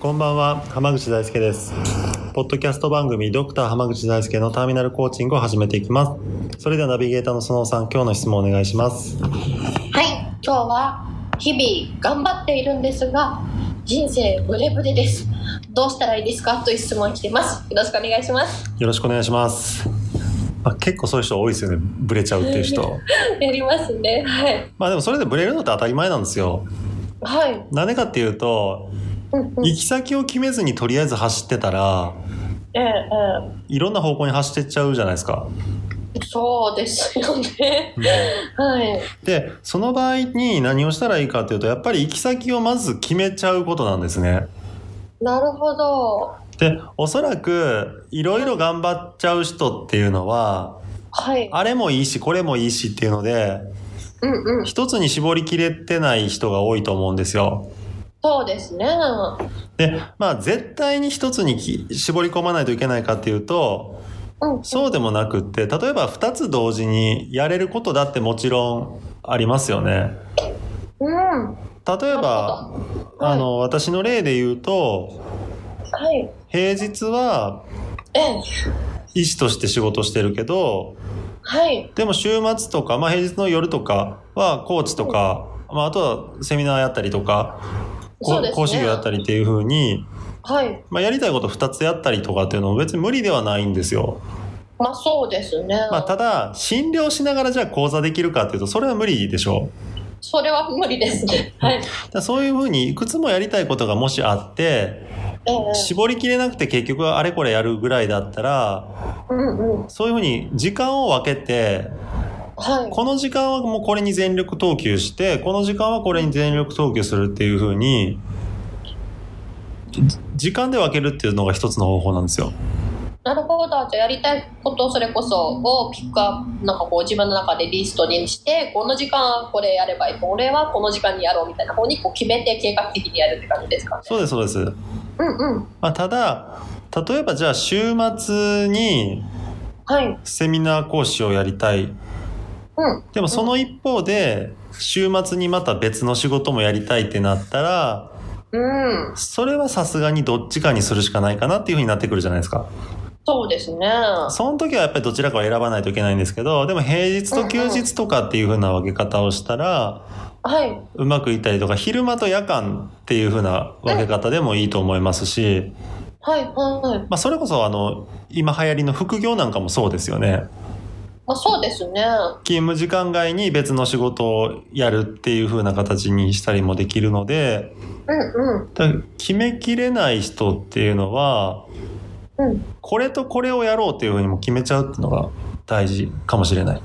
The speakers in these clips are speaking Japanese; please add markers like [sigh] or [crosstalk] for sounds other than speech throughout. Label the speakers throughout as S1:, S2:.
S1: こんばんは、浜口大輔です。ポッドキャスト番組、ドクター浜口大輔のターミナルコーチングを始めていきます。それではナビゲーターのそのさん、今日の質問お願いします。
S2: はい、今日は日々頑張っているんですが、人生ブレブレです。どうしたらいいですかという質問来てます。よろしくお願いします。
S1: よろしくお願いします。まあ、結構そういう人多いですよね、ブレちゃうっていう [laughs] 人。
S2: やりますね。はい。
S1: まあでもそれでブレるのって当たり前なんですよ。
S2: はい。
S1: なんでかっていうと、
S2: うんうん。え
S1: 行き先を決めずにとりあえず走ってたら、
S2: ええ
S1: いろんな方向に走ってっちゃうじゃないですか。
S2: えそうですよね。はい。
S1: で、その場合に何をしたらいいかっていうと、やっぱり行き先をまず決めちゃうことなんですね。
S2: なるほど。
S1: でおそらくいろいろ頑張っちゃう人っていうのは
S2: はい。
S1: あれもいいしこれもいいしっていうので
S2: うんうん。
S1: 一つに絞りきれてない人が多いと思うんですよ。
S2: そうですね。
S1: でまあ絶対に一つにき絞り込まないといけないかっていうと
S2: うん。
S1: そうでもなくって例えば2つ同時にやれることだってもちろんありますよね。
S2: うん。は
S1: 例えば
S2: どはい
S1: あの私の例で言うと
S2: い。
S1: 平日は
S2: ええ。
S1: 医師として仕事してるけど
S2: はい。
S1: でも週末とか、まあ、平日の夜とかはコーチとか、まあ、あとはセミナーやったりとか、
S2: そ
S1: こ
S2: うですね。
S1: 講師業やったりっていう風に、
S2: はい。
S1: まあ、やりたいこと2つやったりとかっていうのも別に無理ではないんですよ。
S2: まあそうですね。
S1: まあ、ただ診療しながらじゃあ講座できるかっていうとそれは無理でしょう。
S2: それは無理ですね。はい。
S1: だからそういう風にいくつもやりたいことがもしあって
S2: ええ。
S1: 絞りきれなくて結局あれこれやるぐらいだったら
S2: うんうん。
S1: そういう風に時間を分けて
S2: はい。
S1: この時間はもうこれに全力投球して、この時間はこれに全力投球するっていう風に、じ時間で分けるっていうのが一つの方法なんですよ。
S2: なるほど。じゃあやりたいことそれこそをピックアップ、なんかこう自分の中でリストにして、この時間はこれやればいい、これはこの時間にやろうみたいな方にこう決めて計画的にやるって感じですかね。
S1: そうです、そうです。
S2: うんうん。
S1: まあ、ただ、例えばじゃあ週末に
S2: はい。
S1: セミナー講師をやりたい。
S2: うん。
S1: でもその一方で、週末にまた別の仕事もやりたいってなったら、
S2: うん。
S1: それはさすがにどっちかにするしかないかなっていう風になってくるじゃないですか。
S2: そうですね。
S1: その時はやっぱりどちらかを選ばないといけないんですけど、でも平日と休日とかっていう風な分け方をしたら、
S2: はい。
S1: うまくいったりとか、昼間と夜間っていう風な分け方でもいいと思いますし、
S2: はい。は
S1: ま
S2: い。
S1: あそれこそあの、今流行りの副業なんかもそうですよね。
S2: まあそうですね。
S1: 勤務時間外に別の仕事をやるっていう風な形にしたりもできるので、
S2: うんうん。
S1: だから決めきれない人っていうのは、
S2: うん
S1: これとこれをやろうっていう風にも決めちゃうっていうのが大事かもしれない。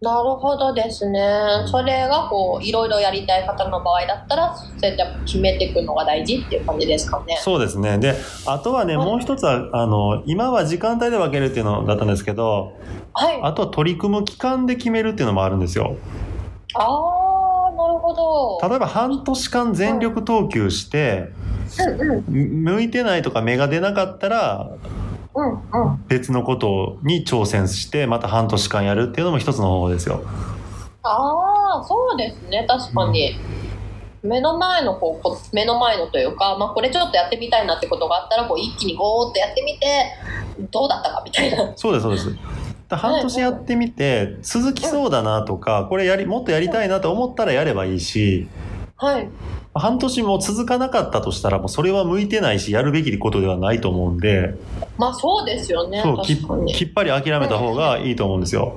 S2: なるほどですね。それがこう、いろいろやりたい方の場合だったら、そうやって決めていくのが大事っていう感じですかね。
S1: そうですね。で、あとはね、
S2: はい
S1: もう一つは、あの、今は時間帯で分けるっていうのだったんですけど、
S2: はい。
S1: あとは取り組む期間で決めるっていうのもあるんですよ。
S2: あー、なるほど。
S1: 例えば半年間全力投球して、
S2: うんうん
S1: 向いてないとか芽が出なかったら、
S2: うんうん。
S1: 別のことに挑戦して、また半年間やるっていうのも一つの方法ですよ。
S2: ああ、そうですね、確かに。目の前のこうこ目の前のというか、まあ、これちょっとやってみたいなってことがあったらこう一気にゴーっとやってみてどうだったかみた [laughs] いな
S1: そうです、そうです。だから半年やってみて、続きそうだなとか、これやり、もっとやりたいなと思ったらやればいいし、
S2: はい
S1: 半年も続かなかったとしたら、もうそれは向いてないし、やるべきことではないと思うんで、
S2: まあそうですよね
S1: そうき
S2: 確かに
S1: きっぱり諦めた方がいいと思うんですよ。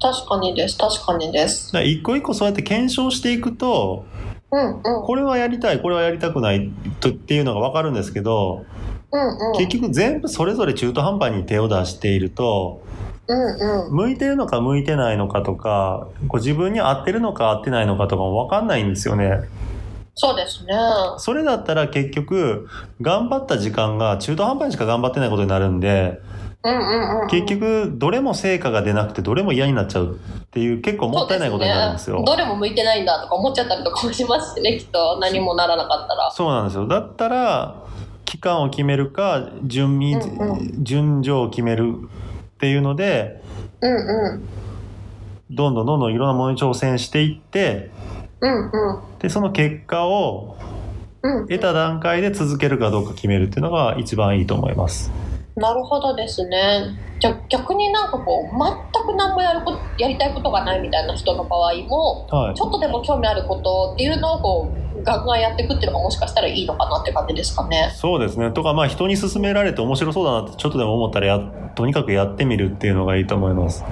S2: 確かにです確かにです
S1: だから一個一個そうやって検証していくと、
S2: うんうんうん
S1: これはやりたい、これはやりたくないとっていうのがわかるんですけど、
S2: うん
S1: 結局全部それぞれ中途半端に手を出していると、
S2: うんうん
S1: 向いてるのか向いてないのかとか、こう自分に合ってるのか合ってないのかとかもわかんないんですよね。
S2: そうですね。
S1: それだったら結局、頑張った時間が中途半端にしか頑張ってないことになるんで、
S2: うんうんうん。
S1: 結局、どれも成果が出なくて、どれも嫌になっちゃうっていう、結構もったいないことになるんですよ。
S2: そうねどれも向いてないんだとか思っちゃったりとかもしますしね、きっと。何もならなかったら。
S1: そうなんですよ。だったら、期間を決めるか、順位、
S2: うんう
S1: 順序を決めるっていうので、
S2: うんうん。
S1: どんどんどんどんいろんなものに挑戦していって、
S2: うんうん。
S1: で、その結果を
S2: うん、
S1: 得た段階で続けるかどうか決めるっていうのが一番いいと思います。
S2: なるほどですね。じゃあ逆になんかこう全く何もやるこやりたいことがないみたいな人の場合も
S1: はい
S2: ち。ょっとでも興味あることっていうのをこうガンガンやっていくっていうのがもしかしたらいいのかなって感じですかね。
S1: そうですね。とか、まあ人に勧められて面白そうだなってちょっとでも思ったらや、とにかくやってみるっていうのがいいと思います。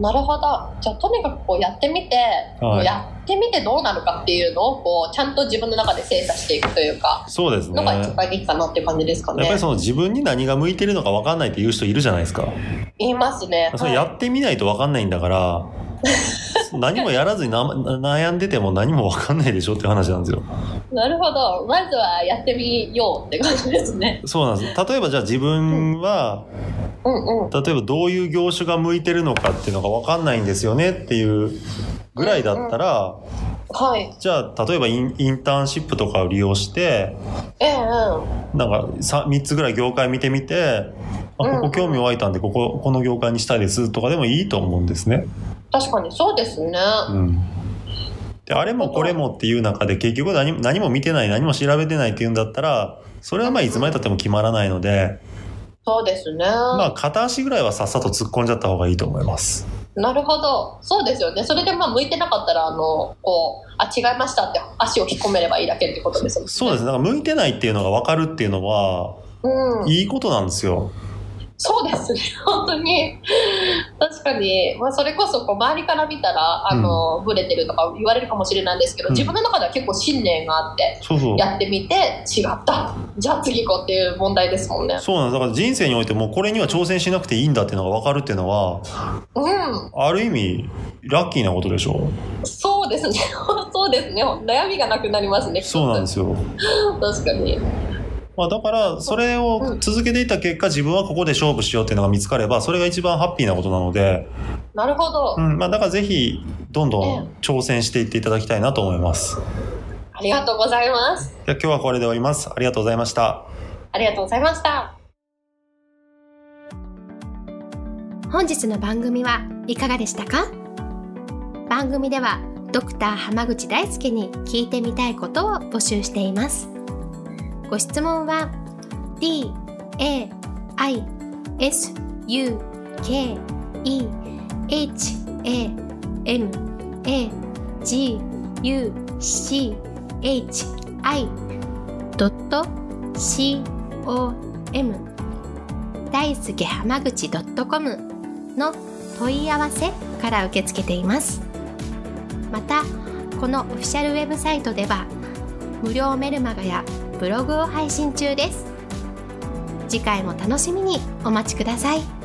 S2: なるほど。じゃあとにかくこうやってみて、こうやってみてどうなるかっていうのをこうちゃんと自分の中で精査していくというか
S1: そうですね。
S2: のが
S1: や
S2: 一
S1: っ
S2: 番いいかなっていう感じですかね
S1: ぱ。りその自分に何が向いてるのか分かんないっていう人いるじゃないですか。
S2: 言いますね。
S1: それやってみないと分かんないんだ
S2: [laughs]
S1: から、何もやらずにな悩んでても何も分かんないでしょって話なんですよ。
S2: なるほど。まずはやってみようって感じですね。
S1: そうなんです。例えばじゃあ自分は、
S2: うんうん。
S1: 例えばどういう業種が向いてるのかっていうのが分かんないんですよねっていうぐらいだったら、
S2: はい。
S1: じゃあ例えばインインターンシップとかを利用して、
S2: ええうん。
S1: なんか 3, 三つぐらい業界見てみて、あ
S2: う
S1: こ
S2: ん
S1: こ興味湧いたんで、ここ、この業界にしたいですとかでもいいと思うんですね。
S2: 確かにそうですね。
S1: うん。で、あれもこれもっていう中で結局何も何も見てない、何も調べてないっていうんだったら、それはまあいつまでたっても決まらないので、
S2: そうですね。
S1: まあ片足ぐらいはさっさと突っ込んじゃった方がいいと思います。
S2: なるほど。そうですよね。それでまあ向いてなかったら、あの、こう、あ、違いましたって足を引っ込めればいいだけってことですもんね。
S1: そうですね。なんか向いてないっていうのが分かるっていうのは、
S2: うん。
S1: いいことなんですよ。
S2: そうですね。本当に。確かに。まあそれこそ、こう、周りから見たら、あの、ブレてるとか言われるかもしれないんですけど、
S1: うん
S2: 自分の中では結構信念があって、
S1: そうそう。
S2: やってみて、違った。じゃあ次行こうっていう問題ですもんね。
S1: そうなんです。だから人生においてもうこれには挑戦しなくていいんだっていうのが分かるっていうのは、
S2: うん。
S1: ある意味、ラッキーなことでしょ
S2: そうですね。 [laughs] そうですね。悩みがなくなりますね。。
S1: そうなんですすよ。
S2: 確かに。
S1: まあだから、それを続けていった結果、自分はここで勝負しようっていうのが見つかれば、それが一番ハッピーなことなので、
S2: なるほど。
S1: うん、まあだからぜひ、どんど
S2: え
S1: ん挑戦していっていただきたいなと思います。じ
S2: ありがとうございます。
S1: ゃあ今日はこれで終わります。ありがとうございました。
S2: ありがとうございました。
S3: 本日の番組はいかがでしたか番組ではドクター濱口大輔に聞いてみたいことを募集していますご質問は d a i s u k e h a m a g u c h i c o m 大輔濱口 .com の問い合わせから受け付けていますまたこのオフィシャルウェブサイトでは無料メルマガやブログを配信中です次回も楽しみにお待ちください